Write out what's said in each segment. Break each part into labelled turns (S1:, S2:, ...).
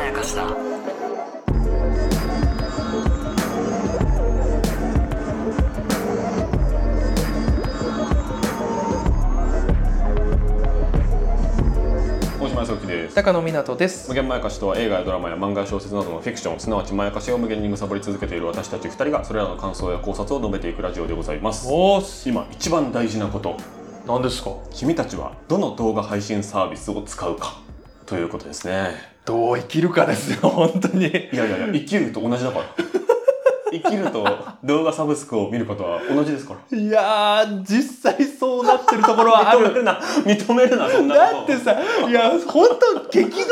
S1: やかしだ
S2: 大島康之です
S3: 高野湊です
S2: 無限まやかしとは映画やドラマや漫画や小説などのフィクションすなわちまやかしを無限に貪り続けている私たち2人がそれらの感想や考察を述べていくラジオでございます
S3: おー
S2: 今一番大事なこと
S3: 何ですか
S2: 君たちはどの動画配信サービスを使うかということですね
S3: どう生きるかですよ本当に
S2: いやいやいや生きると同じ だから生きると動画サブスクを見ることは同じですから
S3: いやー実際そうなってるところはあ
S2: 認め
S3: る
S2: るな認めるなそんなこと
S3: だってさいや本当激動じ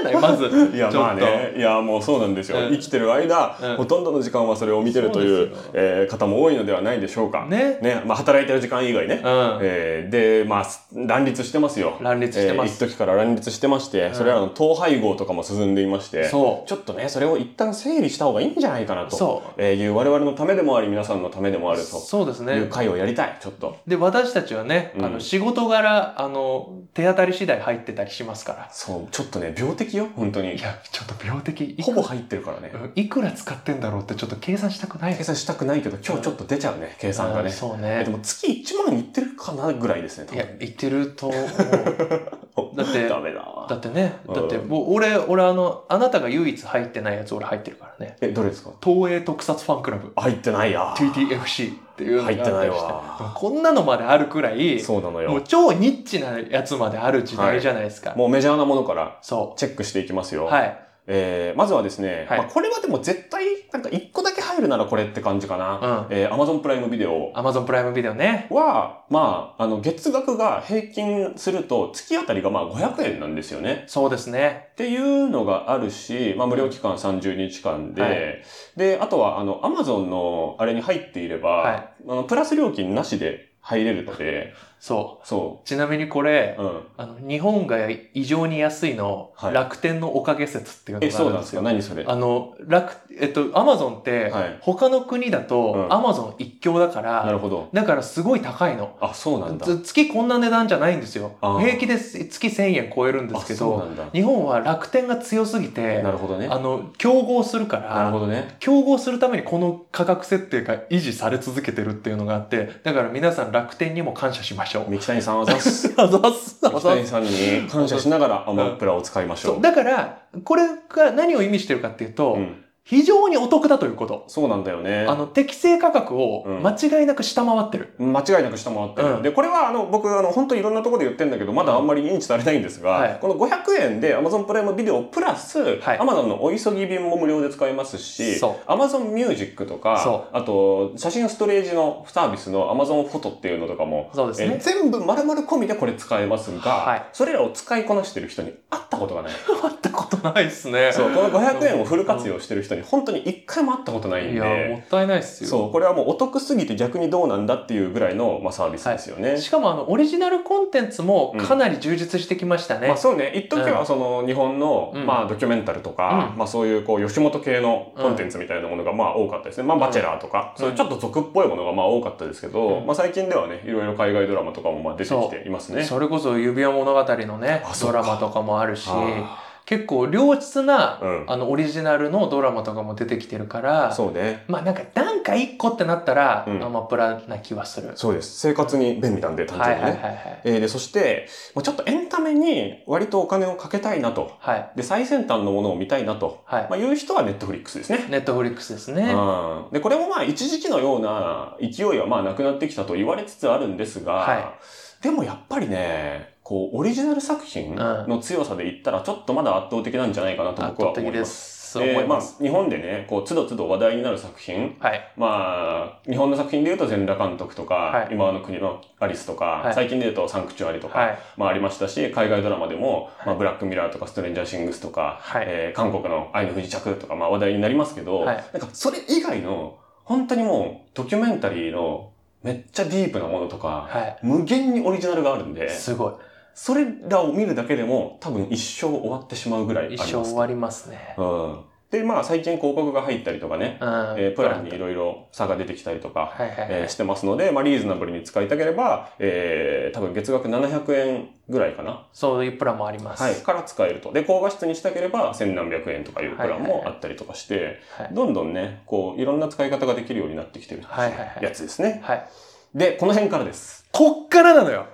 S3: ゃ ないまず
S2: いや
S3: ちょっと
S2: まあねいやもうそうなんですよ、
S3: うん
S2: 生きてる間、
S3: うん
S2: ほとんどの時間はそれを見てるという
S3: そうですよ
S2: えー方も多いのではないでしょうか
S3: ね
S2: まあ、働いてる時間以外ね、
S3: うん
S2: えーでまあす乱立してますよ
S3: 乱立してます
S2: えー一時から乱立してまして、それらの統廃合とかも進んでいまして
S3: そう
S2: ちょっとねそれを一旦整理した方がいいんじゃないかなと
S3: そう
S2: えーいう我々のためでもあり皆さんのためでもあると
S3: そうです
S2: い
S3: ね
S2: う会をやりたいちょっと
S3: で私たちはね、
S2: うん
S3: あの仕事柄あの手当たり次第入ってたりしますか
S2: そうちょっとね病的よ本当
S3: ら
S2: に
S3: いやちょっと病的いく
S2: ほぼ入ってるからね、
S3: うんいくら使ってんだろうってちょっと計算したくない
S2: 計算したくないけど今日ちょっと出ちゃうね計算が
S3: うん
S2: ね
S3: そう
S2: えで
S3: ね
S2: も月1万いってるかなぐらいですね
S3: いや言ってると 思う
S2: 多分
S3: だって
S2: ダメだわ
S3: だってね
S2: うん
S3: だってもう俺俺あのあなたが唯一入ってないやつ俺入ってるからね
S2: えどれですか
S3: 東映特撮ファンクラブ
S2: 入ってないや
S3: TTFC っていうのがあった
S2: 入っ
S3: りして
S2: てないわ
S3: こんなのまであるくらい
S2: そうなの
S3: もう
S2: よ
S3: 超ニッチなやつまである時代じゃないですか、
S2: もうメジャーなものから
S3: そ
S2: チェックしていきますよ、
S3: うはい
S2: えーまずはですね、
S3: はい
S2: まあ、これはでも絶対なんか1個だけ入るならこれって感じかな、
S3: う
S2: えー Amazon プライムビデオ
S3: Amazon プライムビデオね
S2: は、まあ、あの、月額が平均すると、月あたりがまあ500円なんですよね。
S3: そうですね
S2: っていうのがあるし、まあ、無料期間30日間で、
S3: はい
S2: で、あとは、あの、アマゾンのあれに入っていれば、
S3: はい
S2: あの、プラス料金なしで入れるので、
S3: そ
S2: そう
S3: ちなみにこれ
S2: う。うん。
S3: あの日本が異常に安いの、
S2: はい
S3: 楽天のおかげ説っていうの
S2: え、
S3: があ
S2: そう
S3: るん
S2: なん
S3: で
S2: ですす
S3: け
S2: よ。何それ。
S3: どあの楽えっとアマゾンって、
S2: はい
S3: 他の国だ
S2: う
S3: と
S2: ん
S3: アマゾン一強だか
S2: な
S3: ら、
S2: るほど。
S3: だからすごい高いの
S2: あ、そうなんだ。
S3: つ月こんな値段じゃないんですよ
S2: あー
S3: 平気です月1000円超えるんで
S2: あ、
S3: すけ
S2: そうな
S3: ど
S2: んだ。
S3: 日本は楽天が強すぎて
S2: なるほどね。
S3: あの競合するか
S2: なるほど
S3: ら
S2: ね。
S3: 競合するためにこの価格設定が維持され続けてるっていうのがあってだから皆さん楽天にも感謝しましょう。
S2: 三木谷さんはざっす。
S3: あざっすあ
S2: 三木
S3: ざっ
S2: 谷
S3: す
S2: さんに感謝しながらアマプラを使いましょ
S3: そう
S2: う。
S3: だからこれが何を意味してるかっていうと、
S2: うん。
S3: 非常にお得だということ。
S2: そうなんだよね。
S3: あの適正価格を
S2: うん
S3: 間違いなく下回ってる。
S2: 間違いなく下回ってる、
S3: うん
S2: でこれはあの僕あの本当にいろんなところで言ってるんだけどまだあんまり認知されないんですが、
S3: はい
S2: この500円で Amazon プライムビデオプラス、
S3: はい
S2: Amazon のお急ぎ便も無料で使えますし
S3: そう
S2: Amazon ミュージックと
S3: そ
S2: かあと写真ストレージのサービスの Amazon フォトっていうのとかも、
S3: そうです
S2: え
S3: ね。
S2: 全部丸々込みでこれ使えますが、
S3: はい
S2: それらを使いこなしてる人に会ったことが ない
S3: 会ったことないですね。
S2: そうこの500円をフル活用してる人に本当に一回も会ったことないん
S3: い
S2: で。
S3: やもったいないですよ。
S2: そうこれはもうお得すぎて逆にどうなんだっていうぐらいの、まあ、サービスですよね。
S3: しかもあのオリジナルコンテンツもかなり充実してきましたね。
S2: まあそうね、一時
S3: う
S2: はその日本の、
S3: うん
S2: まあドキュメンタルとか、
S3: うん
S2: まあそういうこう吉本系のコンテンツみたいなものがまあ多かったですね。まあバチェラーとか、
S3: うん
S2: そういうちょっと俗っぽいものがまあ多かったですけど、
S3: うん
S2: まあ最近ではね、いろいろ海外ドラマとかもまあ出てきていますね。
S3: それこそ指輪物語のね
S2: あそう
S3: ド
S2: か
S3: ラマとかもあるし
S2: あ
S3: 結構良質な、
S2: うん
S3: あのオリジナルのドラマとかも出てきてるか
S2: ー
S3: ら
S2: そうね。
S3: まあなんかなんか一個ってなったら、
S2: うん
S3: アマプラな気はする。
S2: そうです。生活に便利なんで、単
S3: はい
S2: 純
S3: はい
S2: に
S3: は
S2: ね。
S3: いはい。
S2: えーで、そして、まあ、ちょっとエンタメに割とお金をかけたいなと。
S3: はい
S2: で、最先端のものを見たいなと。
S3: はい。
S2: まあいう人はネットフリックスですね。
S3: ネットフリックスですね。
S2: うんでこれもまあ一時期のような勢いはまあなくなってきたと言われつつあるんですが、
S3: は
S2: でもやっぱりねこうオリジナル作品の強さで言ったらちょっとまだ圧倒的なんじゃないかなと
S3: 圧
S2: 僕は
S3: 倒
S2: 思
S3: 的
S2: い
S3: で
S2: ます。
S3: す。そう思
S2: で
S3: い
S2: ま
S3: ま
S2: あ
S3: す。
S2: 日本でねこうつどつど話題になる作品
S3: はい。
S2: まあ日本の作品で言うと全裸監督とか、
S3: はい
S2: 今の国のアリスとか、
S3: はい
S2: 最近で言うとサンクチュアリとか、
S3: はい。
S2: まあ、ありましたし海外ドラマでも、まあ、ブラックミラーとかストレンジャーシングスとか、
S3: はい
S2: えー韓国の愛の不時着とか、まあ、話題になりますけど、
S3: はい
S2: なんかそれ以外の本当にもうドキュメンタリーのめっちゃディープなものとか、
S3: は
S2: 無限にオリジナルがあるんで
S3: い。すご
S2: それらを見るだけでも多分一生終わってしまうぐらいあり
S3: い。
S2: ま
S3: 一
S2: す
S3: 生終わりますね。
S2: うんで、まあ最近広告が入ったりとかね、
S3: うん
S2: えープランにいろいろ差が出てきたりとか、
S3: はいはいはい
S2: えーしてますので、まあリーズナブルに使いたければ、えー多分月額700円ぐらいかな。
S3: そういうプランもあります。
S2: はい。から使えると。で、高画質にしたければ千何百円とかいうプラン
S3: はいはい
S2: も
S3: はい
S2: あったりとかして、
S3: はい。
S2: どんどんね、こう、いろんな使い方ができるようになってきてる
S3: はいはいはい
S2: やつですね。
S3: はい。
S2: で、この辺からです。
S3: こっからなのよ。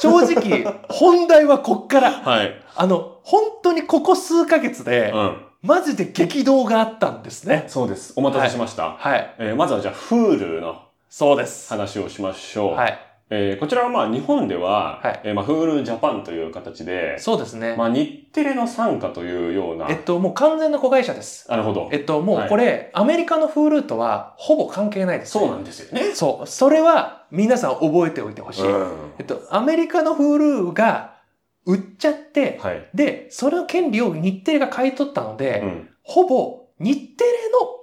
S3: 正 直、本題はこっから。
S2: はい。
S3: あの、本当にここ数ヶ月で、
S2: うん。
S3: マジで激動があったんですね。
S2: そうです。お待たせしました。
S3: はい。
S2: えーまずはじゃあ、Hulu の
S3: そうです。は
S2: 話をしましょう。
S3: い。
S2: えーこちらはまあ日本では、
S3: はい
S2: えーまあ Hulu Japan という形で、
S3: そうですね。
S2: まあ日テレの傘下というような、
S3: えっと、もう完全な子会社です。
S2: なるほど。
S3: えっと、もうこれ、アメリカの Hulu とはほぼ関係ないです、
S2: そうなんですよね。
S3: そう。それは皆さん覚えておいてほしい。
S2: うん
S3: えっと、アメリカの Hulu が売っちゃって、
S2: はい。
S3: で、その権利を日テレが買い取ったので、
S2: うん。
S3: ほぼ日テレの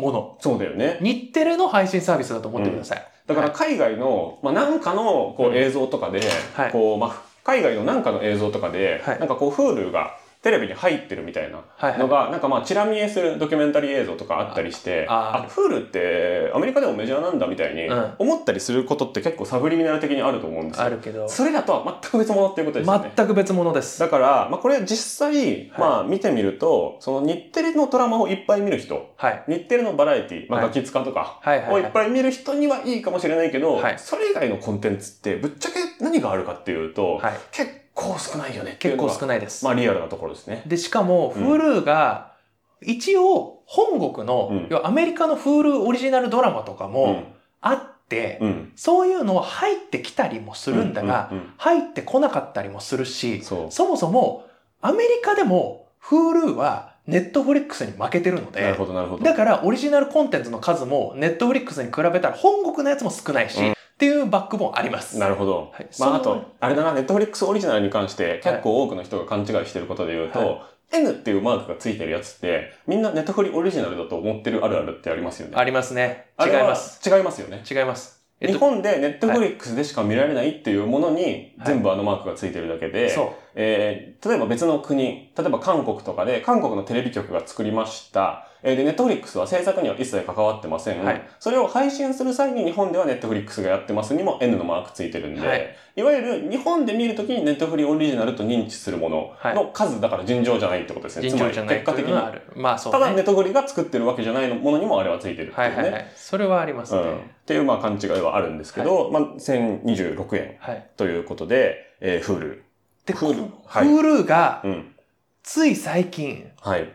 S3: もの。
S2: そうだよね。
S3: 日テレの配信サービスだと思ってください。
S2: だから海外の、まあなんかのこ
S3: う
S2: うん映像とかで、
S3: はい
S2: こう、まあ海外のなんかの映像とかで、
S3: はい
S2: なんかこう Hulu がテレビに入ってるみたいな
S3: はい、はい
S2: のが、なんかまあ、チラ見えするドキュメンタリー映像とかあったりして、
S3: ああ
S2: あ、フールってアメリカでもメジャーなんだみたいに
S3: うん
S2: 思ったりすることって結構サブリミナル的にあると思うんです
S3: あ
S2: よ。
S3: るけど、
S2: それだとは全く別物っていうことですよね。
S3: 全く別物です。
S2: だから、まあこれ実際、
S3: はい
S2: まあ見てみると、その日テレのドラマをいっぱい見る人、
S3: はい。
S2: 日テレのバラエティ、まあ
S3: はい
S2: ガキ使とか
S3: はいは
S2: を
S3: い、
S2: い
S3: は
S2: っ
S3: い。
S2: ぱい見る人にはいいかもしれないけど
S3: は、い
S2: それ以外のコンテンツってぶっちゃけ何があるかっていうと、
S3: はい、
S2: 結構少ないよねってい
S3: 結
S2: うの
S3: 構
S2: が。
S3: 少ないです。
S2: まあリアルなところですね。
S3: で、しかも、
S2: うん
S3: Hulu が、一応、本国の、
S2: うん
S3: 要はアメリカの Hulu オリジナルドラマとか
S2: う
S3: も
S2: ん。
S3: あって、
S2: うん。
S3: そういうのは入ってきたりもするんだが、
S2: うん、うん
S3: 入ってこなかったりもするし、
S2: そう。
S3: そもそも、アメリカでも Hulu は Netflix に負けてる
S2: な
S3: の
S2: る
S3: で、
S2: ほど、なるほど。
S3: だからオリジナルコンテンツの数も Netflix に比べたら本国のやつも少ないし、
S2: うん
S3: っていうバックボーンあります。
S2: なるほど。
S3: はい
S2: ま
S3: そ
S2: あ、
S3: の
S2: あと、あれだな、ネットフリックスオリジナルに関して結構多くの人が勘違いしてることで言うと、
S3: は
S2: N っていうマークがついてるやつって、みんなネットフリオリジナルだと思ってるあるあるってありますよね。
S3: ありますね。
S2: あ
S3: 違い
S2: れは
S3: ます。。
S2: 違いますよね。
S3: 違います。えっ
S2: 日
S3: と、
S2: 本でネットフリックスでしか見られないっていうものに
S3: はい
S2: 全部あのマークがついてるだけで、
S3: そ
S2: えー例えば別の国、例えば韓国とかで、韓国のテレビ局が作りました。えーで、ネットフリックスは制作には一切関わってません。
S3: はい
S2: それを配信する際に日本ではネットフリックスがやってますにも N のマークついてるんで、
S3: はいい、
S2: わゆる日本で見るときにネットフリオリジナルと認知するものの数だから尋常じゃないってことです
S3: う。
S2: ね。
S3: 尋常じゃない
S2: つまり
S3: と
S2: 結
S3: いうのは
S2: 果
S3: あ
S2: 的に。
S3: る。まあそう、ね。
S2: ただネットフリが作ってるわけじゃないものにもあれはついてるって
S3: はいいうはい
S2: ね。
S3: はい。それはあります
S2: う
S3: ね。
S2: ん、っていうまあ勘違いはあるんですけど、まあ1026円
S3: はい。
S2: ということで、えー、Hulu。
S3: で、
S2: Hulu
S3: この
S2: はい
S3: Hulu が
S2: うん。
S3: つい最近、
S2: はい。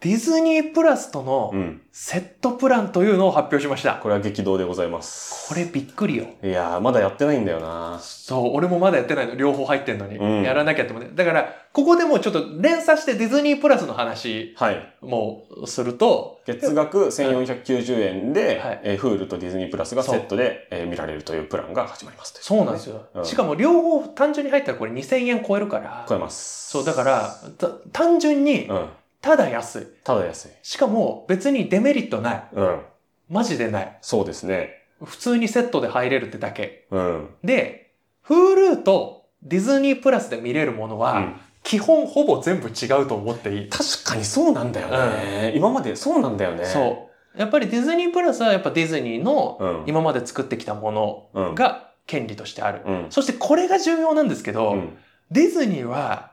S3: ディズニープラスとの
S2: うん。
S3: セットプランというのを発表しました。
S2: これは激動でございます。
S3: これびっくりよ。
S2: いやー、まだやってないんだよな。
S3: そう、俺もまだやってないの。両方入ってんのに。
S2: うん
S3: やらなきゃって思って。だから、ここでもうちょっと連鎖してディズニープラスの話
S2: はい。
S3: もすると、
S2: 月額1490円で、
S3: はい
S2: えー、Hulu とディズニープラスがセットで、えー見られるというプランが始まりますという。。
S3: そうなんですすよ。
S2: うん
S3: しかも両方単純に入ったらこれ2000円超えるから。
S2: 超えます。
S3: そう、だから、た単純に
S2: う、ん。
S3: ただ安い。
S2: ただ安い。
S3: しかも別にデメリットない。
S2: うん。
S3: マジでない。
S2: そうですね。
S3: 普通にセットで入れるってだけ。
S2: うん。
S3: で、Hulu とディズニープラスで見れるもの
S2: う
S3: は、
S2: ん
S3: 基本ほぼ全部違うと思っていい。
S2: 確かにそうなんだよね。今までそうなんだよね。
S3: そう。やっぱりディズニープラスはやっぱディズニーの
S2: う。うん。
S3: 今まで作ってきたもの
S2: うん。
S3: が権利としてある。
S2: うん。
S3: そしてこれが重要なんですけど、
S2: うん。
S3: ディズニーは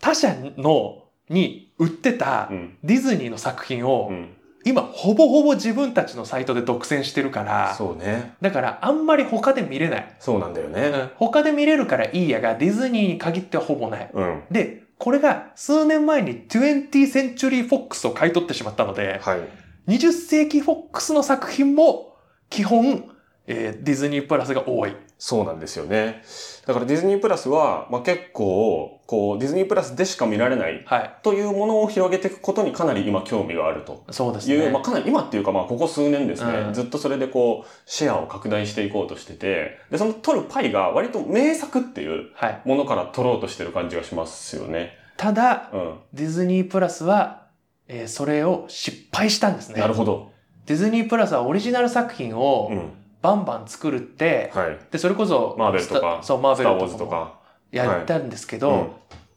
S3: 他社のに売ってた
S2: うん。
S3: ディズニーの作品
S2: う
S3: を
S2: ん。
S3: 今ほぼほぼ自分たちのサイトで独占してるから、
S2: そうね。
S3: だからあんまり他で見れない。
S2: そうなんだよね。
S3: 他で見れるからいいやが、ディズニーに限ってはほぼない。
S2: うん。
S3: で、これが数年前に20 Century Fox を買い取ってしまったので、
S2: はい。
S3: 20世紀 Fox の作品も基本、えーディズニープラスが多い。
S2: そうなんですよね。だからディズニープラスは、まあ、結構、こう、ディズニープラスでしか見られない
S3: はい。
S2: というものを広げていくことにかなり今興味があると
S3: そうです
S2: い
S3: ね。
S2: う、まあ、かなり今っていうか、まあ、ここ数年ですね、
S3: うん
S2: ずっとそれでこう、シェアを拡大していこうとしてて、で、その取るパイが割と名作っていう
S3: はい。
S2: ものから取ろうとしてる感じがしますよね。
S3: ただ、
S2: うん。
S3: ディズニープラスは、えーそれを失敗したんですね
S2: な。るほど。
S3: ディズニープラスはオリジナル作品
S2: う
S3: を
S2: ん。
S3: バンバン作るって、
S2: はい。
S3: で、それこそ、
S2: マーベルとか
S3: スタそう、マー
S2: ス
S3: ベ
S2: ター
S3: ル
S2: ウォーズ
S3: とか
S2: と
S3: も
S2: か。
S3: やったんですけど、
S2: うん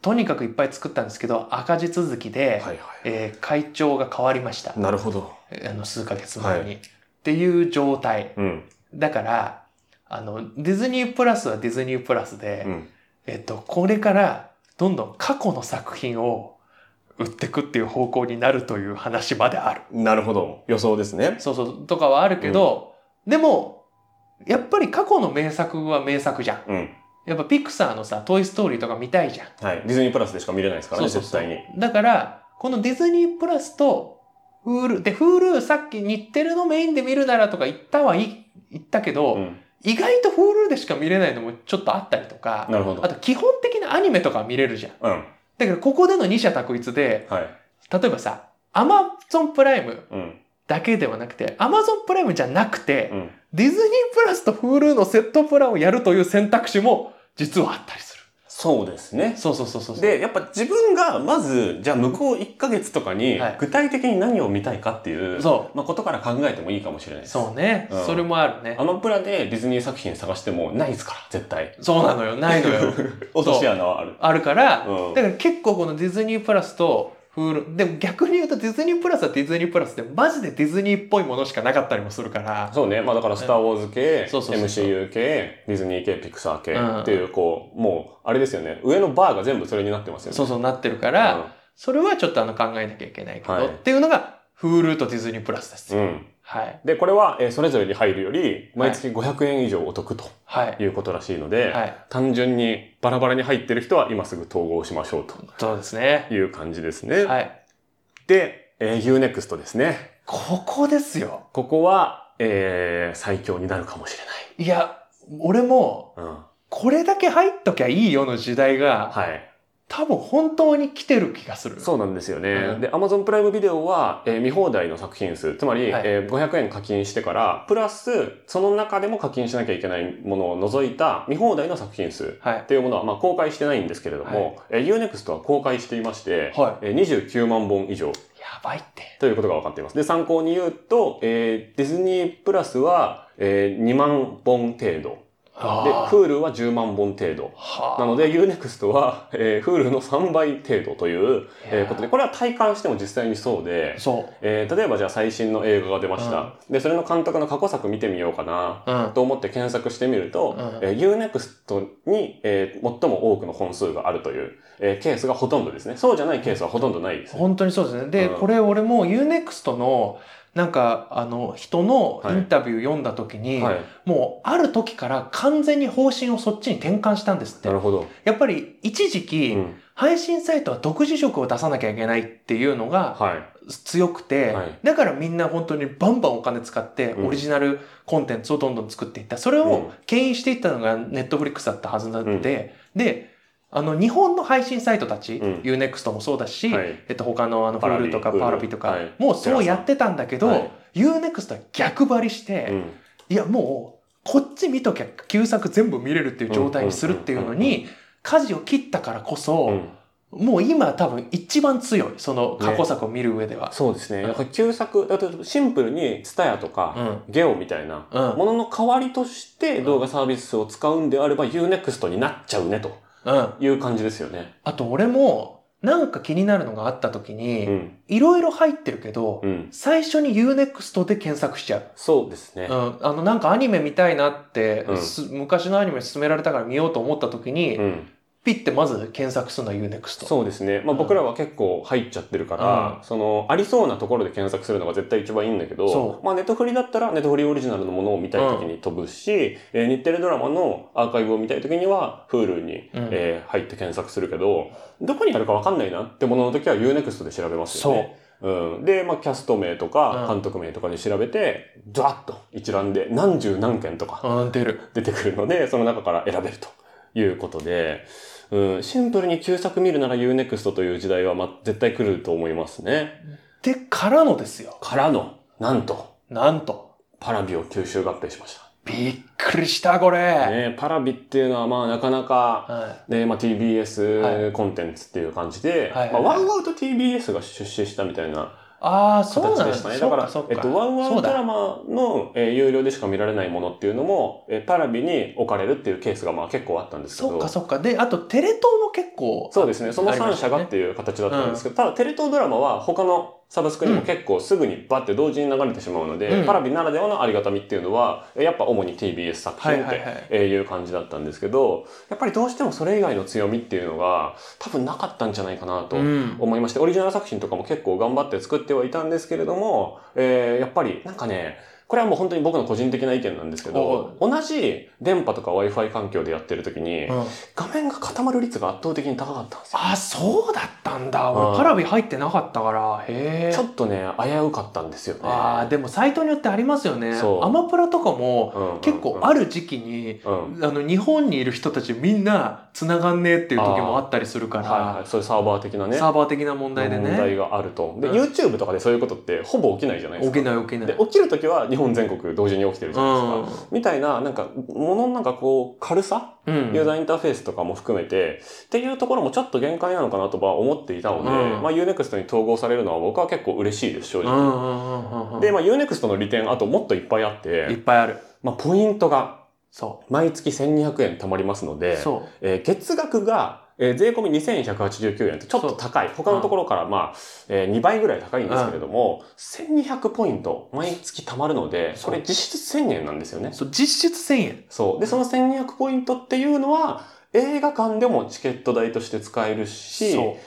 S3: とにかくいっぱい作ったんですけど赤字続きで、
S2: はいはい
S3: えー会長が変わりました
S2: なるほど
S3: あの数ヶ月前に、っていう状態
S2: うん
S3: だからあのディズニープラスはディズニープラスで、
S2: うん
S3: えっと、これからどんどん過去の作品を売ってくっていう方向になるという話まである。
S2: なるほど予想ですね
S3: そうそう、とかはあるけど、でも、やっぱり過去の名作は名作じゃん。
S2: うん
S3: やっぱピクサーのさ、トイストーリーとか見たいじゃん。
S2: はいディズニープラスでしか見れないですからね
S3: そうそうそう
S2: 絶対に
S3: だから、このディズニープラスと、フール、で、フールさっき日テレのメインで見るならとか言ったはいい、言ったけど、
S2: うん
S3: 意外とフールでしか見れないのもちょっとあったりとか、
S2: なるほど
S3: あと基本的なアニメとかは見れるじゃん。
S2: うん
S3: だからここでの二者択一で、
S2: はい
S3: 例えばさ、アマゾンプライム
S2: うん
S3: だけではなくて、アマゾンプライムじゃなくて、
S2: うん
S3: ディズニープラスと Hulu のセットプランをやるという選択肢も実はあったりする。
S2: そうですね
S3: そうそうそうそう。
S2: でやっぱ自分がまずじゃあ向こう1ヶ月とかに
S3: はい
S2: 具体的に何を見たいかっていう、
S3: そ
S2: まあ、ことから考えてもいいかもしれないで
S3: う。
S2: す
S3: そうね、
S2: うん
S3: それもあるね
S2: ア。マプラでディズニー作品探してもないですから絶対
S3: そうなのよ。ないのよ。
S2: 落とし穴はある
S3: あるから、
S2: うん
S3: だから結構このディズニープラスと Hulu、でも逆に言うとディズニープラスはディズニープラスでマジでディズニーっぽいものしかなかったりもするから、
S2: そうね、まあだから、スター・ウォーズ系、
S3: そうそうそうそう
S2: MCU 系、ディズニー系、ピクサー系
S3: うん
S2: っていう、こう、もう、あれですよね、上のバーが全部それになってますよね。
S3: そううそうなってるか
S2: ん
S3: ら、それはちょっとあの考えなきゃいけないけど、
S2: はい
S3: っていうのが Hulu とディズニープラスです。
S2: うん。
S3: はい。
S2: で、これは、えーそれぞれに入るより、毎月500円以上お得と
S3: はい。
S2: いうことらしいので、
S3: はい。
S2: 単純にバラバラに入ってる人は今すぐ統合しましょう
S3: そうですね。
S2: という感じですね。
S3: はい。
S2: で、えー、UNEXT ですね。
S3: ここですよ。
S2: ここは、えー最強になるかもし
S3: いや、俺も、
S2: れない。うん。
S3: これだけ入っときゃいいよの時代が、
S2: はい。
S3: 多分本当に来てる気がする。
S2: そうなんですよね。
S3: うん
S2: で、Amazon プライムビデオは、えー見放題の作品数、つまり、
S3: はい
S2: えー500円課金してから、プラス、その中でも課金しなきゃいけないものを除いた見放題の作品数
S3: はい
S2: っ。ていうものは、まあ、公開してないんですけれども、えー UNEXT は公開していまして、
S3: は
S2: えー29万本以上
S3: い。やばいって。
S2: ということが分かっています。で、参考に言うと、えーディズニープラスは、えー2万本程度。で、
S3: あー
S2: Hulu は10万本程度。
S3: はあ
S2: なので UNEXT は、えー Hulu の3倍程度という、
S3: い
S2: え
S3: や
S2: ーことで、これは体感しても実際にそうで、
S3: そ
S2: えー例えばじゃあ最新の映画が出ました。で、それの監督の過去作見てみようかな。
S3: う。うん。
S2: と思って検索してみると、
S3: うん
S2: えー UNEXT に、えー最も多くの本数があるという、えーケースがほとんどですね。そうじゃないケースはほとんどないですね。
S3: 本当にそうですね。で、
S2: うん
S3: これ俺も UNEXT の、なんか、あの、人のインタビュー読んだ時に、
S2: はい。
S3: もうある時から完全に方針をそっちに転換したんですって
S2: な。るほど。
S3: やっぱり一時
S2: う
S3: 期、
S2: ん。
S3: 配信サイトは独自色を出さなきゃいけないっていうのが
S2: はい。
S3: 強くて、
S2: はい
S3: だからみんな本当にバンバンお金使って
S2: うん
S3: オリジナルコンテンツをどんどん作っていった。それ
S2: うん
S3: を牽引していったのがネットフリックスだったはずなので、で、あの日本の配信サイトたち、
S2: うん
S3: UNEXT もそうだし、
S2: はい。
S3: えっと、他のあの、フ
S2: パラビ
S3: ルとか
S2: うん
S3: パラビとか
S2: はい、
S3: もうそうやってたんだけど、
S2: はい
S3: UNEXT は逆張りして、
S2: うん
S3: いやもうこっち見ときゃ旧作全部見れるっていう状態にするっていうのに舵を切ったからこ
S2: う
S3: そ、
S2: ん
S3: もう今多分一番強いその過去作を見る上では。
S2: そうですね。なんか旧作、だってシンプルに TSUTAYA とか、ゲオみたいな
S3: うん、うん、
S2: ものの代わりとして動画サービスを使うんであれば UNEXT になっちゃうねと
S3: うん。
S2: いう感じですよね。
S3: あと俺もなんか気になるのがあった時
S2: う
S3: に
S2: ん。
S3: いろいろ入ってるけど、
S2: うん。
S3: 最初に UNEXT で検索しちゃう。
S2: そうですね
S3: う。ん、あのなんかアニメ見たいなって、
S2: うん
S3: す昔のアニメ勧められたから見ようと思った時に、
S2: うん。
S3: ピッてまず検索するのは UNEXT。
S2: そうですね。まあ
S3: うん
S2: 僕らは結構入っちゃってるから、その、ありそうなところで検索するのが絶対一番いいんだけ
S3: そ
S2: ど、まあネットフリだったらネットフリオリジナルのものを見たい時に飛ぶし、えー日テレドラマのアーカイブを見たい時には Hulu に、
S3: うん
S2: えー入って検索するけど、どこにあるかわかんないなってものの時は UNEXT で調べますよね。
S3: そう
S2: うん、で、まあ、キャスト名とか
S3: うん
S2: 監督名とかで調べて、ドワッと一覧で何十何件とか
S3: うん、出る。
S2: 出てくるので、そ の中から選べるということで、うん、シンプルに旧作見るなら UNEXT という時代は、まあ、絶対来ると思いますね。
S3: で、からのですよ。
S2: からの、なんと、
S3: なんと。
S2: パラビを吸収合併しまし
S3: びっくりした、こ
S2: た。
S3: れ。
S2: ね、パラビっていうのは、まあ、なかなか、
S3: は
S2: で、まあ、
S3: は
S2: TBS コンテンツっていう感じで、
S3: はいはい
S2: ま
S3: は
S2: あ、
S3: い
S2: ワンアウト TBS が出資したみたいない
S3: ああ、そう
S2: 形
S3: なん
S2: で
S3: で
S2: し
S3: す
S2: たね。
S3: ね。
S2: だから
S3: そ、っ
S2: えっと、ワウワ
S3: そ
S2: ウ
S3: うだ
S2: ドラマの、えー有料でしか見られないものっていうのも、えーパラビに置かれるっていうケースがまあ結構あったんですけ
S3: そ
S2: ど
S3: っ。かそっか。で、あとテレ東も結構。
S2: そうですね。その
S3: ありま
S2: 3
S3: し
S2: 社
S3: たね
S2: がっていう形だったんですけど、ただテレ東ドラマは他のサブスクにも
S3: うん
S2: 結構すぐにバッて同時に流れてしまうので、
S3: うん
S2: パラビならではのありがたみっていうのは、えーやっぱ主に TBS 作
S3: は
S2: 品
S3: い
S2: っ
S3: はい
S2: て
S3: はい。
S2: えーいう感じだったんですけど、やっぱりどうしてもそれ以外の強みっていうのが多分なかったんじゃないかなと
S3: うん
S2: 思いまして、オリジナル作品とかも結構頑張って作ってはいたんですけれども、えーやっぱりなんかね、これはもう本当に僕の個人的な意見なんですけど、同じ電波とか Wi-Fi 環境でやってる時に、
S3: うん
S2: 画面が固まる率が圧倒的に高かったんですよ。
S3: あ、そうだったんだ。
S2: うん
S3: 俺、パラビ入ってなかったから。へえ
S2: ちょ。っとね、危うかったんですよね。
S3: ああ、でもサイトによってありますよね。
S2: そう
S3: アマプラとかも
S2: うん
S3: 結構ある時期に、
S2: うん。
S3: あの、日本にいる人たちみんな繋がんねえっていう時もあったりするか
S2: はいは
S3: ら
S2: い。、そういうサーバー的なね。
S3: サーバー的な問題で
S2: 問題
S3: ね。
S2: があると。で、
S3: うん
S2: YouTube とかでそういうことってほぼ起きないじゃないです
S3: 起
S2: か。
S3: きない起きない。
S2: で起きるときは日本全国同時に起きてるじ
S3: う
S2: ゃないですか。
S3: ん。
S2: みたいな、なんか、もののなんかこう、軽さ、
S3: うん
S2: ユーザーインターフェースとかも含めて、っていうところもちょっと限界なのかなとは思っていたので、
S3: うん
S2: まあ Unext に統合されるのは僕は結構嬉しいです、正
S3: うんう
S2: 直。
S3: んうんうんうん。
S2: で、まあ Unext の利点、あともっといっぱいあっ、
S3: いってぱいある。
S2: まあポイントが
S3: そ
S2: 毎月1200円貯まりますの
S3: う。
S2: で、
S3: そう。
S2: えー月額が、えー税込み2189円ってちょっと高い。他のところからまあ、え2倍ぐらい高いんですけれども、1200ポイント毎月貯まるので、これ実質1000円なんですよね。
S3: そう実質1000円。
S2: そう。で、その1200ポイントっていうのは、映画館でもチケット代として使えるし、
S3: そ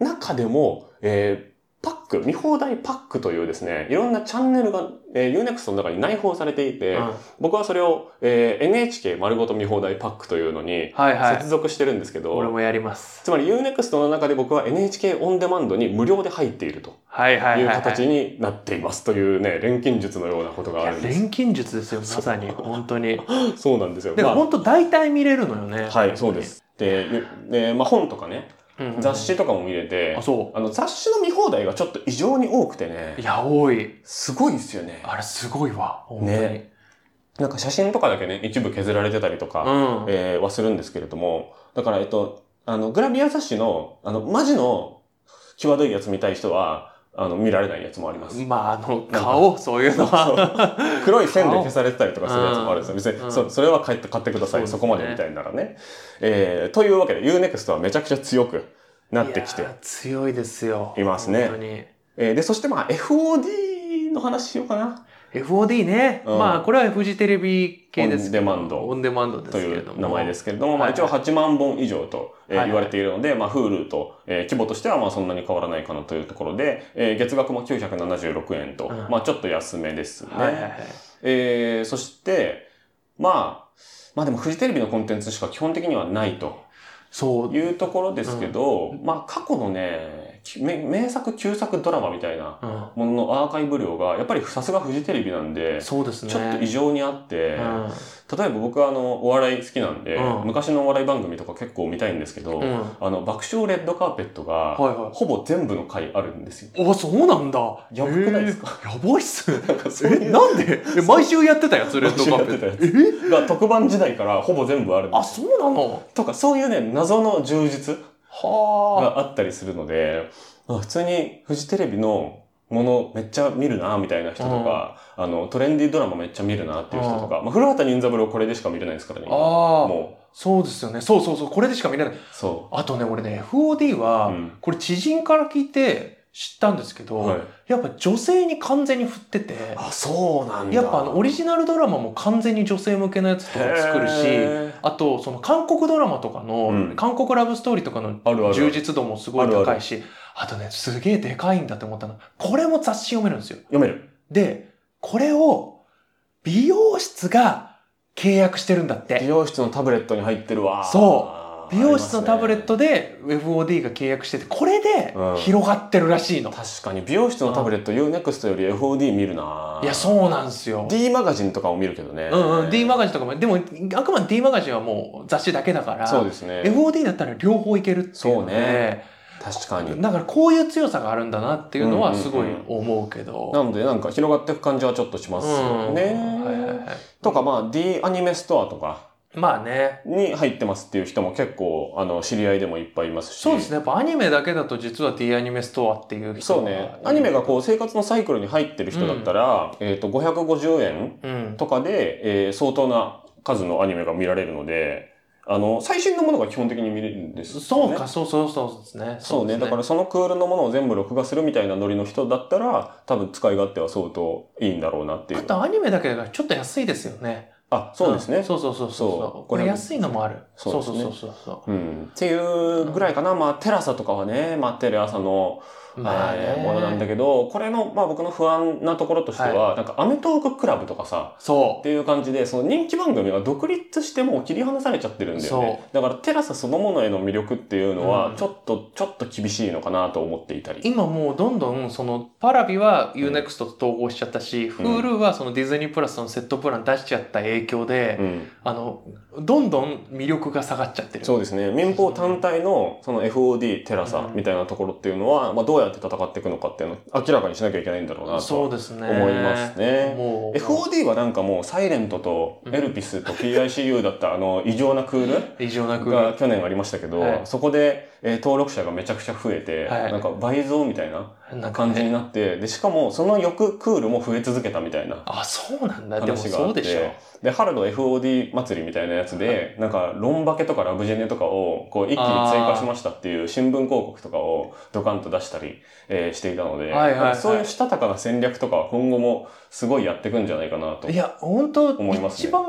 S3: う。
S2: 中でも、えーパック、見放題パックというですね、いろんなチャンネルが、えー、Unext の中に内包されていて、
S3: うん
S2: 僕はそれを、えー NHK 丸ごと見放題パックというのに
S3: はいは
S2: 接
S3: い。
S2: 続してるんですけど、
S3: 俺もやります。
S2: つまり Unext の中で僕は NHK オンデマンドに無料で入っていると
S3: はいはいいはいうはい。
S2: 形になっていますというね、錬金術のようなことがあるん
S3: い
S2: で
S3: や
S2: す。
S3: 錬金術ですよ、まさに。
S2: そう
S3: 本当に。
S2: そうなんですよ。
S3: で
S2: まあ
S3: も本当大体見れるのよね。
S2: はい、そうで。す。で、でまあ、本とかね、
S3: うんうん
S2: 雑。誌とかも見れて
S3: あ、、そ
S2: あの雑誌の見放題がちょっと異常に多くてね
S3: う。い、や、多い。
S2: すごいですよね。
S3: あれすごいわ。本当に。
S2: ねなんか写真とかだけね、一部削られてたりと
S3: う
S2: か、
S3: ん。
S2: えーはするんですけれども、だから、えっと、あの、グラビア雑誌の、あの、マジの際どいやつ見たい人は、あの、見られないやつもあります。
S3: まあ、あの、顔、そういうのは。
S2: 黒い線で消されてたりとかするやつもあるんですよ。別
S3: う
S2: に、
S3: ん
S2: そそれは買って買ってください。そ,、
S3: そうですね
S2: こまでみたいならね。えー、というわけで、Unext はめちゃくちゃ強くなってき
S3: い
S2: て
S3: や、強いですよ。
S2: いますね
S3: 本当に。
S2: えーで、そしてまあ FOD の話しようかな
S3: FOD ね。
S2: うん
S3: まあ、これはフジテレビ系ですけど。
S2: オンデマンド
S3: オンデマンドで
S2: と
S3: すけ
S2: い
S3: れど
S2: う
S3: も。。
S2: 名前ですすけれども、まあ
S3: はい
S2: 一応8万本以上と、えー
S3: はいはい
S2: 言われているので、まあ Hulu と、えー規模としてはまあそんなに変わらないかなというところで、えー月額も976円と、
S3: うん
S2: まあちょっと安めですね。
S3: はいはいはい。
S2: えーそして、まあ、まあでもフジテレビのコンテンツしか基本的にはないと
S3: そう。
S2: いうところですけど、まあ過去のね、き名名作旧作ドラマみたいな
S3: う
S2: も
S3: ん。
S2: ののアーカイブ量が、やっぱりさすがフジテレビなんで、
S3: そうですね。
S2: ちょっと異常にあって、
S3: うん
S2: 例えば僕はあの、お笑い好きなんで、
S3: うん
S2: 昔のお笑い番組とか結構見たいんですけど、
S3: うん。
S2: あの、爆笑レッドカーペットが、
S3: はいはい
S2: ほぼ全部の回あるんですよ。
S3: おそうなんだ
S2: やばくないです
S3: か、えーやばいっすね
S2: なんかそうい
S3: え
S2: う
S3: な んでえ毎週やってたやつレッドカーペ
S2: 毎
S3: ッ
S2: 週
S3: トえ
S2: の が特番時代からほぼ全部あるんで
S3: あ
S2: すよ。
S3: そうなの
S2: とか、そういうね、謎の充実
S3: は
S2: があったりするので、あ普通にフジテレビのものめっちゃ見るな、みたいな人とか、あの、トレンディードラマめっちゃ見るなっていう人とか、まあ、古畑任三郎これでしか見れないですからね。
S3: あ
S2: 今
S3: ああ
S2: も、
S3: そうですよねそうそうそうこれでしか見れないう
S2: そ
S3: あとね俺ね FOD は、
S2: うん
S3: これ知人から聞いて知ったんですけ
S2: う。
S3: ど、
S2: はい。
S3: やっぱ女性に完全に振ってて
S2: あ、そうなんだ。
S3: やっぱあのオリジナルドラマも完全に女性向けのやつとか作るし
S2: へー
S3: あとその韓国ドラマとかの、
S2: うん
S3: 韓国ラブストーリーとかの
S2: あるある。
S3: 充
S2: 読
S3: 実度もすごい高いし、あとね、すげえでかいんだって思ったの。これも雑誌読めるんですよ。
S2: める。
S3: で、これを美容室が契約してるんだっ
S2: 美
S3: て。
S2: 容室のタブレットに入ってるわ。
S3: そ美容室のタブレット
S2: で。
S3: で FOD が契約してて、これで
S2: うん
S3: 広がってるらしいの。
S2: 確かに、美容室のタブレット UNEXT より FOD 見るない
S3: や、そうなんですよ。
S2: D マガジンとかを見るけどね。
S3: うんうん、D マ
S2: ガ
S3: ガジンとかも、でも、あくまで D マガジンはもう雑誌だけだから、
S2: そうですね。
S3: FOD だったら両方いけるっていう
S2: そう
S3: ので、
S2: ね確かに。
S3: だからこういう強さがあるんだなっていうのはすごい
S2: うんうん
S3: 思うけど。
S2: なので、なんか広がっていく感じはちょっとしますよ
S3: うん
S2: ね。
S3: はいはいはい
S2: とか、まあ、D アニメストアとか、
S3: まあね。
S2: に入ってますっていう人も結構、あの、知り合いでもいっぱいいますし。
S3: そうですね。やっぱアニメだけだと実は D アニメストアっていう人
S2: そうね。アニメがこう、生活のサイクルに入ってる人だったら、えっと、550円
S3: う。うん。
S2: とかで、えー相当な数のアニメが見られるので、あの、最新のものが基本的に見れるんですよね。
S3: そうか、そうそうそうですね。。
S2: そうね。だかららそのクールのものを全部録画するみたいなノリの人だったら、多分使い勝手は相当いいんだろうなってい
S3: あ
S2: う。
S3: とアニメだけだからちょっと安いですよね。
S2: あ、そうですね
S3: ん。そうそうそう
S2: そ
S3: そうう。これ安いのもある。
S2: そ
S3: そうう
S2: です
S3: そう
S2: ね
S3: そうそうそ
S2: うん。っていうぐらいかな。まあ、テラサとかはね、まあ、テレ朝の、
S3: う。まあ
S2: えー
S3: ね。
S2: ものなんだけど、これの、まあ僕の不安なところとしては、なんかアメトーククラブとかさ、っ
S3: そ
S2: ていう感じで、その人気番組が独立してもう切り離されちゃってるんだよね。だからテラサそのものへの魅力っていうのは
S3: う、ん
S2: ちょっと、ちょっと厳しいのかなと思っていたり。
S3: う。今もうどんどんそのパラビは UNEXT と統合しちゃったし、
S2: ん
S3: Hulu はそのディズニープラスのセットプラン出しちゃった影響で、
S2: うん。
S3: あの、どんどん魅力が下がっちゃってる。
S2: そうですね。民放単体のその FOD テラサ
S3: うん
S2: みたいなところっていうのは、まあどうやって戦っていくのかっていうのを明らかにしなきゃいけないんだろうな
S3: そう
S2: と
S3: ですね。
S2: 思いますね。
S3: もう、
S2: FOD はなんかもうサイレントとエルピスと PICU だったあの異常なクール
S3: 異常なく
S2: が去年ありましたけど、
S3: はい
S2: そこで、えー登録者がめちゃくちゃ増えて、
S3: はい
S2: なんか倍増みたいな
S3: なんか
S2: 感じに
S3: ね。
S2: なって、で、しかもその翌クールも増え続けたみたいな
S3: あ、そうなんだ。でも
S2: 話があ
S3: そ
S2: っ
S3: う
S2: て
S3: でしょ。
S2: で、春の FOD 祭りみたいなやつで、なんか、ロンバケとかラブジェネとかを、こう、一気に追加しましたっていう新聞広告とかをドカンと出したり、えーしていたので、
S3: はいはいはい
S2: なんかそういうしたたかな戦略とかは今後もすごいやっていくんじゃないかなと。
S3: いや、本当
S2: 思いますね
S3: 一番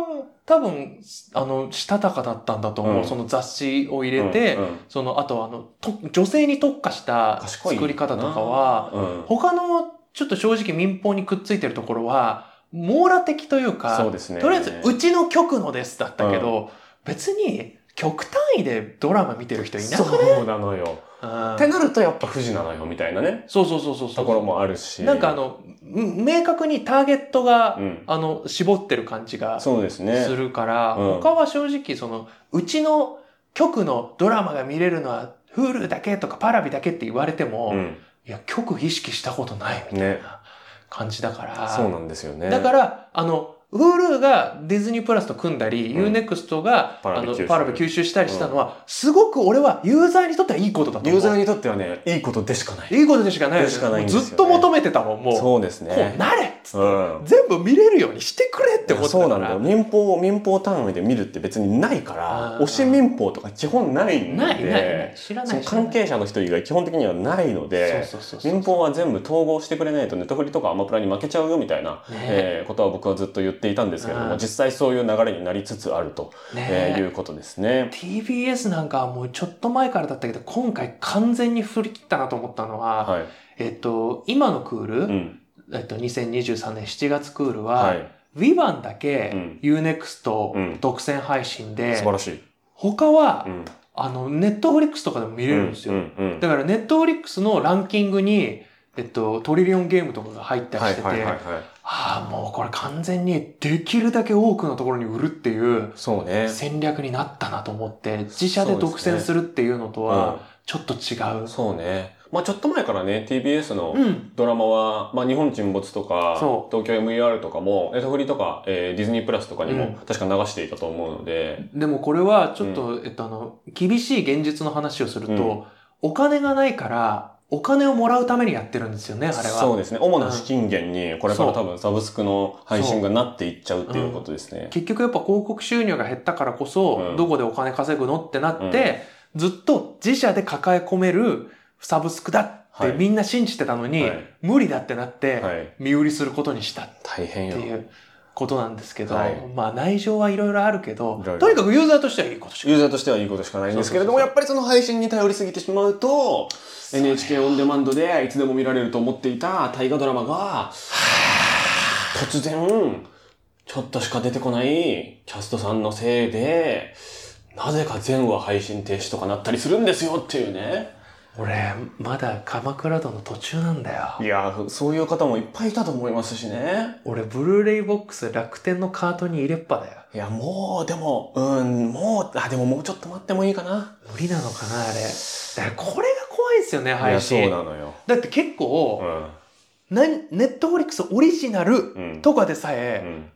S3: 多分、あの、したたかだったんだと思う。
S2: うん
S3: その雑誌を入
S2: うん、
S3: れて、
S2: うん
S3: その、あとあのと、女性に特化した
S2: 賢い
S3: 作り方とかは、、
S2: うん
S3: 他の、ちょっと正直民放にくっついてるところは、網羅的というか、
S2: そうですね。
S3: とりあえず、うちの局のですだったけど、別に、極単位でドラマ見てる人いなくない
S2: そうなのよ。
S3: うん
S2: ってなるとやっぱ富士なのよ、みたいなね、
S3: そうそうそうそうそう。
S2: ところもあるし。
S3: なんかあ、の、ん明確にターゲットが、
S2: うん。
S3: あの、絞ってる感じがす
S2: そうですね。
S3: るから、
S2: うん
S3: 他は正直その、うちの局のドラマが見れるのは、Hulu だけとか Paravi だけって言われても、
S2: うん。
S3: いや、局意識したことないみたい
S2: ね
S3: な感じだから、
S2: そうなんですよね。
S3: だから、あの、Hulu がディズニープラスと組んだり、
S2: うん
S3: UNEXT が、
S2: パラ
S3: あ
S2: ビ
S3: の
S2: 吸収
S3: パラビ吸収したりしたのは、すごく俺はユーザーにとってはいいことだと思う。
S2: ユーザーにとってはね、いいことでしかない。
S3: いいことでしかないよ
S2: でしかないんですよね
S3: ずっと求めてたもん、もう。
S2: そうです
S3: こう
S2: ね。
S3: なれっつって、
S2: うん。
S3: 全部見れるようにしてくれって思ってた
S2: そ
S3: か
S2: う
S3: ら
S2: なんだよ。民放を民放単位で見るって別にないから
S3: あ、ー
S2: 推し民放とか基本ないんで、
S3: ないないない知ら
S2: そ
S3: な
S2: の
S3: い知らない
S2: 関係者の人以外基本的にはないので、
S3: そうそうそうそう
S2: 民放は全部統合してくれないとネットフリとかアマプラに負けちゃうよみたいな、
S3: ね
S2: えーことは僕はずっと言っていたんですけれども、
S3: うん
S2: 実際そういう流れになりつつあると、
S3: ね
S2: えーいうことですね。
S3: TBS なんかはもうちょっと前からだったけど今回完全に振り切ったなと思ったのは、
S2: はい。
S3: えっと今のクール、
S2: うん。
S3: えっと、2023年7月クールは、
S2: はい。
S3: v i v a n だけ、
S2: うん
S3: UNEXT 独占配信で、
S2: 素晴らしい。
S3: 他は、
S2: うん。
S3: あの、ネットフリックスとかでも見れるんですよ。
S2: うんうん
S3: だからネットフリックスのランキングに、えっと、トリリオンゲームとかが入ったり
S2: は
S3: し
S2: い
S3: てて、
S2: はいはいはい。
S3: ああ、もうこれ完全にできるだけ多くのところに売るっていう
S2: そうね。
S3: 戦略になったなと思って、自社で独占するっていうのと
S2: うん
S3: は、ちょっと違う。
S2: そうね。まあちょっと前からね、TBS の
S3: うん。
S2: ドラマは、まあ、日本沈没とか、
S3: そ
S2: 東京 MER とかも、ネットフリとか、えーディズニープラスとかに
S3: うん
S2: も、確か流していたと思うので、
S3: でもこれはちょっと、えっとあの、厳しい現実の話をすると、
S2: うん
S3: お金がないから、お金をもらうためにやってるんですよね、あれは。
S2: そうですね。主な資金源に、これから多分サブスクの配信がなっていっちゃうっていうことですね。
S3: 結局やっぱ広告収入が減ったからこそ、
S2: うん
S3: どこでお金稼ぐのってなって、ずっと自社で抱え込めるサブスクだっ
S2: は
S3: て
S2: い
S3: みんな信じてたのに、
S2: はい
S3: 無理だってなって、
S2: はい。
S3: 見売りすることにしたっ
S2: 大変
S3: て
S2: よ。
S3: いうことなんですけど、
S2: はい
S3: まあ内情はいろいろあるけど
S2: いろいろ
S3: とにかくユーザーとしてはいいことしか
S2: ユーザーとしてはいいことしかないんですけれども、
S3: そ
S2: や
S3: う
S2: っぱりその配信に頼りすぎてしまうと、NHK オンデマンドでいつでも見られると思っていた大河ドラマが、突然、ちょっとしか出てこないキャストさんのせいで、なぜか全話配信停止とかなったりするんですよっていうね。
S3: 俺まだ鎌倉殿の途中なんだよ
S2: いやー、そういう方もいっぱいいたと思いますしね。
S3: 俺ブルーレイボックス楽天のカートに入れっぱだよ
S2: いや、もう、でも、うん、もう、あ、でももうちょっと待ってもいいかな。
S3: 無理なのかなあれだからこれが怖いですよね配
S2: い
S3: 信
S2: や、そうなのよ。
S3: だって結構、
S2: ん。
S3: なネットフリックスオリジナル
S2: うん。
S3: とかでさ
S2: う
S3: え
S2: ん。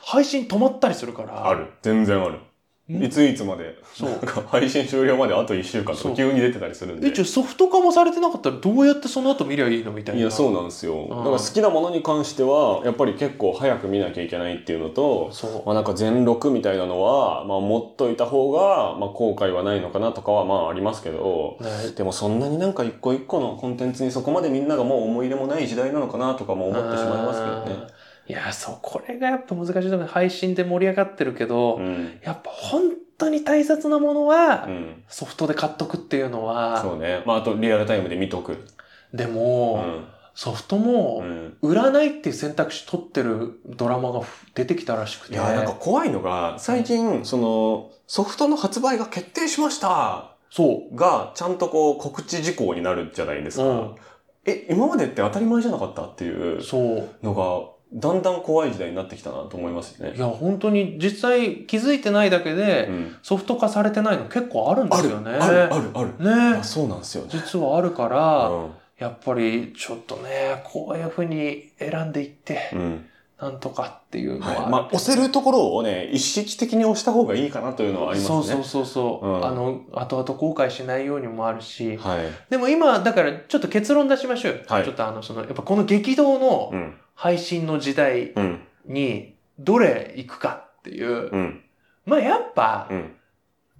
S3: 配信止まったりするから、
S2: ある。全然ある。
S3: ん
S2: いついつまで、
S3: そう
S2: なんか配信終了まであと1週間と
S3: そ
S2: か
S3: う
S2: 急に出てたりするん
S3: え
S2: で。
S3: じゃあソフト化もされてなかったらどうやってその後見りゃいいのみたいない
S2: やそうなんですよだ
S3: ん
S2: から好きなものに関してはやっぱり結構早く見なきゃいけないっていうのと、
S3: そう
S2: まあ、なんか全録みたいなのは、まあ、持っといた方が、まあ、後悔はないのかなとかはまあありますけど
S3: ね
S2: でもそんなになんか一個一個のコンテンツにそこまでみんながもう思い入れもない時代なのかなとかも思ってしまいますけどね。
S3: いやそうこれがやっぱ難しいところ配信で盛り上がってるけど、
S2: うん
S3: やっぱ本当に大切なものは、
S2: うん、
S3: ソフトで買っとくっていうの
S2: そ
S3: は
S2: うね、まあ、あとリアルタイムで見とく、
S3: で
S2: う
S3: も、
S2: ん
S3: ソフト
S2: う
S3: も
S2: ん、
S3: 売らないっていう選択肢取ってるドラマが出てきたらしく
S2: い
S3: て
S2: やなんか怖いのが最近そのソフトの発売が決定しました
S3: そ
S2: がちゃんとこう告知事項になるじゃないです
S3: う、
S2: か、
S3: うん、
S2: え今までって当たり前じゃなかったっていう
S3: そう
S2: のがだんだん怖い時代になってきたなと思いますよ
S3: い
S2: ね、
S3: や本当に実際気づいてないだけで、
S2: うん、
S3: ソフト化されてないの結構あるんで
S2: あ
S3: す
S2: る
S3: よね。
S2: あるあるある
S3: ね
S2: あそうなんですよね、
S3: 実はあるから、
S2: う
S3: やっぱりちょっとねこういうふうに選んでいって、
S2: んうん
S3: なんとかっていうの
S2: はい
S3: は、
S2: まあ、押せるところをね意識的に押した方がいいかなというのはありますね
S3: そうそうそうそう、
S2: うん
S3: あの後々後悔しないようにもあるし
S2: はい、
S3: でも今だからちょっと結論出しましょうよ、
S2: はい
S3: ちょっとあのそのやっぱこの激動の
S2: うん
S3: 配信の時代
S2: うん
S3: にどれ行くかっていう、
S2: うん
S3: まあやっぱ、
S2: うん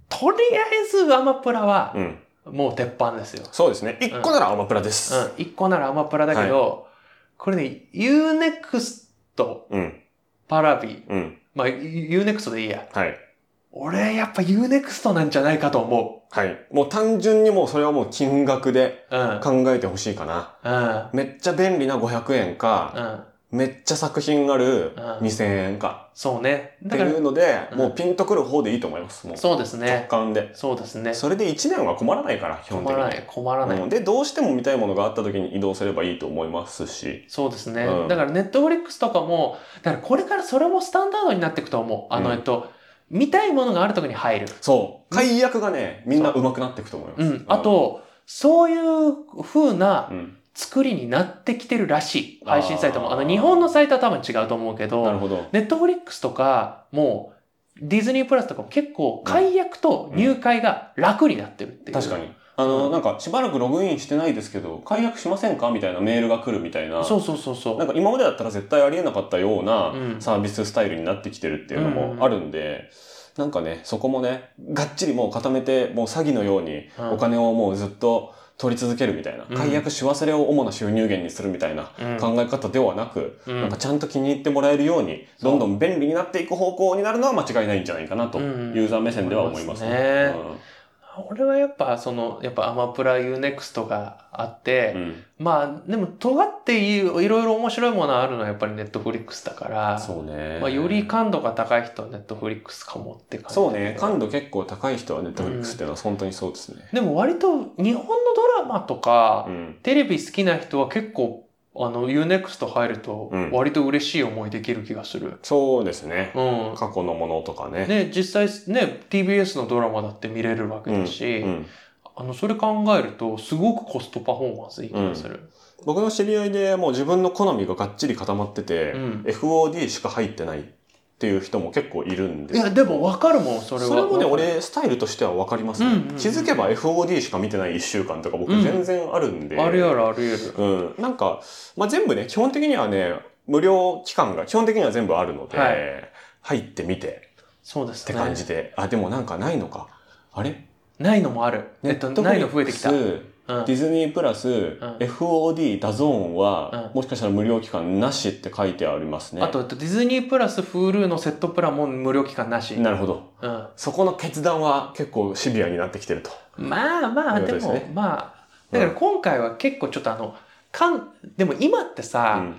S3: とりあえずアマプラは
S2: うん
S3: もう鉄板ですよ。
S2: そうですね一個ならアマプラで
S3: う
S2: す、
S3: ん、1個ならアマプラだけど、これね、Unext
S2: うん
S3: パラビ、
S2: うん
S3: まあ Unext でいいや。
S2: はい
S3: 俺やっぱ Unext なんじゃないかと思
S2: はいもう単純にもうそれはもう金額で
S3: う。うん、うん、
S2: 考えてほしいかなめっちゃ便利な500円か、
S3: うん、
S2: めっちゃ作品ある
S3: うん
S2: 2000円か
S3: そうね。
S2: って
S3: だから
S2: い、うので、
S3: うん
S2: もうピンとくる方でいいと思います。もう
S3: そうです
S2: 直
S3: ね。
S2: 感で。
S3: そうですね。
S2: それで1年は困らないから、基本的
S3: 困
S2: に。
S3: らない、困らない。
S2: うんで、どうしても見たいものがあった時に移動すればいいと思いますし。
S3: そうですね。
S2: うん
S3: だからネットフリックスとかも、だからこれからそれもスタンダードになっていくと思う。あの、
S2: うん
S3: えっと、見たいものがあるときに入る。
S2: そう。解約がね、みんな上手くなっていくと思います。
S3: うん。あ、と、そういう風な
S2: うん。
S3: 作りになってきてるらしい。
S2: あー
S3: 配信サイトも。あの、日本のサイトは多分違うと思うけ
S2: なる
S3: ど、
S2: ほど。
S3: ネットフリックスとか、もう、ディズニープラスとかも結構解約と入会が楽になってるっていう。
S2: 確かに。あの、
S3: うん
S2: なんか、しばらくログインしてないですけど、解約しませんかみたいなメールが来るみたいな。
S3: そうそうそうそう。
S2: なんか今までだったら絶対ありえなかったような
S3: うん
S2: サービススタイルになってきてるっていうのもあるんで、なんかね、そこもね、がっちりもう固めて、もう詐欺のように
S3: うん
S2: お金をもうずっと取り続けるみたいな、
S3: うん
S2: 解約し忘れを主な収入源にするみたいな
S3: うん
S2: 考え方ではなく、
S3: うん
S2: なんかちゃんと気に入ってもらえるように、
S3: そう
S2: どんどん便利になっていく方向になるのは間違いないんじゃないかなと、
S3: う
S2: ユ
S3: ん
S2: ーザー目線では思いますね。
S3: 俺はやっぱそのやっぱアマプラ UNEXT があっ
S2: うん
S3: て、
S2: うん
S3: まあでも尖っていいいろいろ面白いものあるのはやっぱりネットフリックスだから、
S2: そうね。
S3: まあ、より感度が高い人はネットフリックスかもって感じ
S2: そうね、感度結構高い人はネットフリックスっていうのは本当にそうですね。
S3: でも割と日本のドラマとか、
S2: うん
S3: テレビ好きな人は結構あの UNEXT 入ると
S2: うん
S3: 割と嬉しい思いできる気がする、
S2: そうですね。
S3: うん
S2: 過去のものとかね。
S3: ね、実際ね TBS のドラマだって見れるわけだし、
S2: うん、
S3: あのそれ考えるとすごくコストパフォーマンスいい気がする、
S2: 僕の知り合いでもう自分の好みががっちり固まってて、
S3: うん
S2: FOD しか入ってないっていう人も結構いるんです
S3: いや、でも分かるもん、
S2: そ
S3: それ
S2: れ
S3: は。
S2: もね、俺スタイルとしては分かりますね、
S3: うんうんうん
S2: 気づけば FOD しか見てない1週間とか僕
S3: うん
S2: 全然あるんで、
S3: あるやろ、あるやろ。
S2: うん、なんか、まあ、全部ね基本的にはね無料期間が基本的には全部あるので、
S3: は
S2: 入ってみて
S3: そうで
S2: っ
S3: す
S2: て
S3: ね。
S2: 感じで、あでもなんかないのかあれ
S3: ないのもある。えっと、ないの増えてきた。うん。
S2: Netflix ディズニープラス、FOD ダゾーンは、
S3: うん
S2: もしかしたら無料期間なしって書いてありますね。
S3: あと、えっとディズニープラス、Hulu のセットプランも無料期間なし。うん。
S2: なるほど。
S3: ま
S2: そこの決断は結構シビアになってきてると。
S3: あまあ、
S2: と
S3: で
S2: いうこと
S3: も、
S2: ですね
S3: まあ、だから今回は結構ちょっとあの、かん、でも今って
S2: う
S3: さ、
S2: ん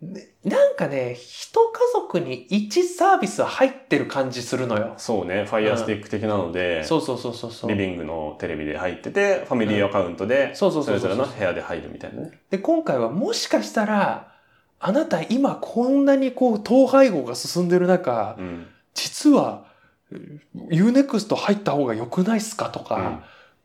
S3: ねなんかね、一家族に一サービス入ってる感じするのよ。
S2: そうね、ファイアスティック的なので、
S3: そうそうそうそうそう。
S2: リビングのテレビで入ってて、ファミリーアカウントで、
S3: そうそう
S2: そ
S3: そう
S2: れ
S3: そ
S2: ぞ
S3: う
S2: れの部屋で入るみたいなね。
S3: で、今回はもしかしたら、あなた今こんなにこう、統廃合が進んでる中、
S2: うん
S3: 実は、えー UNEXT 入った方が良くないっすかとか、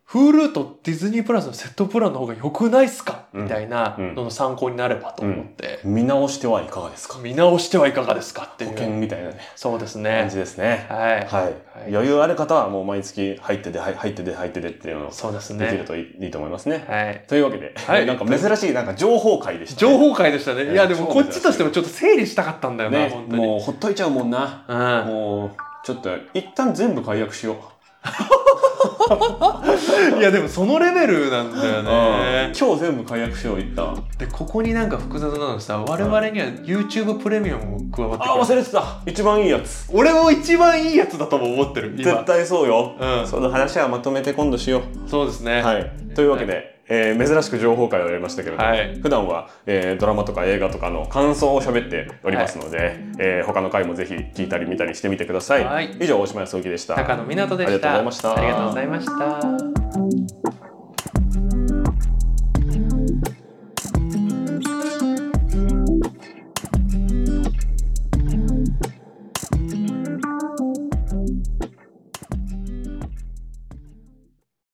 S3: Hulu とディズニープラスのセットプランの方が良くないっすか
S2: うん
S3: みたいな
S2: うん
S3: のの参考になればと思って、
S2: 見直してはいかがですか
S3: 見直してはいかがですかって
S2: 保
S3: い
S2: 険
S3: う。
S2: みたいなね、
S3: そうです
S2: 感
S3: ね。
S2: じですね。
S3: はい。
S2: はい。
S3: はい
S2: 余裕ある方はもう毎月入ってて、はい入ってて、入っててっていうのを
S3: そうです
S2: できる
S3: ね。
S2: といい,、いいと思いますね。
S3: はい。
S2: というわけで、
S3: はい
S2: なんか珍しい、なんか情報会でしたね、
S3: 情報会でしたね。いや、で
S2: そ
S3: も
S2: う
S3: こ
S2: なん
S3: っ
S2: です
S3: ち
S2: よ
S3: としてもちょっと整理したかったんだよな、
S2: ね
S3: 本当に。
S2: もうほっといちゃうもんな。
S3: うん。
S2: もう、ちょっと、一旦全部解約しよう。
S3: いや、でもそのレベルなんだよ
S2: うん
S3: ね。
S2: 今日全部解約しよう、一旦。
S3: で、ここになんか複雑なのがさ、我々には YouTube プレミアムも加わって
S2: あ、
S3: くる。
S2: 忘れてた一番いいやつ。
S3: 俺も一番いいやつだとも思ってる、
S2: 絶
S3: 今。
S2: 対そうよ。
S3: うん。
S2: その話はまとめて今度しよう。
S3: そうですね。
S2: はい。というわけで、えー珍しく情報会をやりましたけれども、
S3: はい
S2: 普段は、えードラマとか映画とかの感想を喋っておりますので、えー他の回もぜひ聞いたり見たりしてみてください。
S3: はい
S2: 以上、大島康之でした。
S3: 高野湊斗で
S2: あり
S3: し
S2: がとうござい
S3: た
S2: ました
S3: ありがとうございました。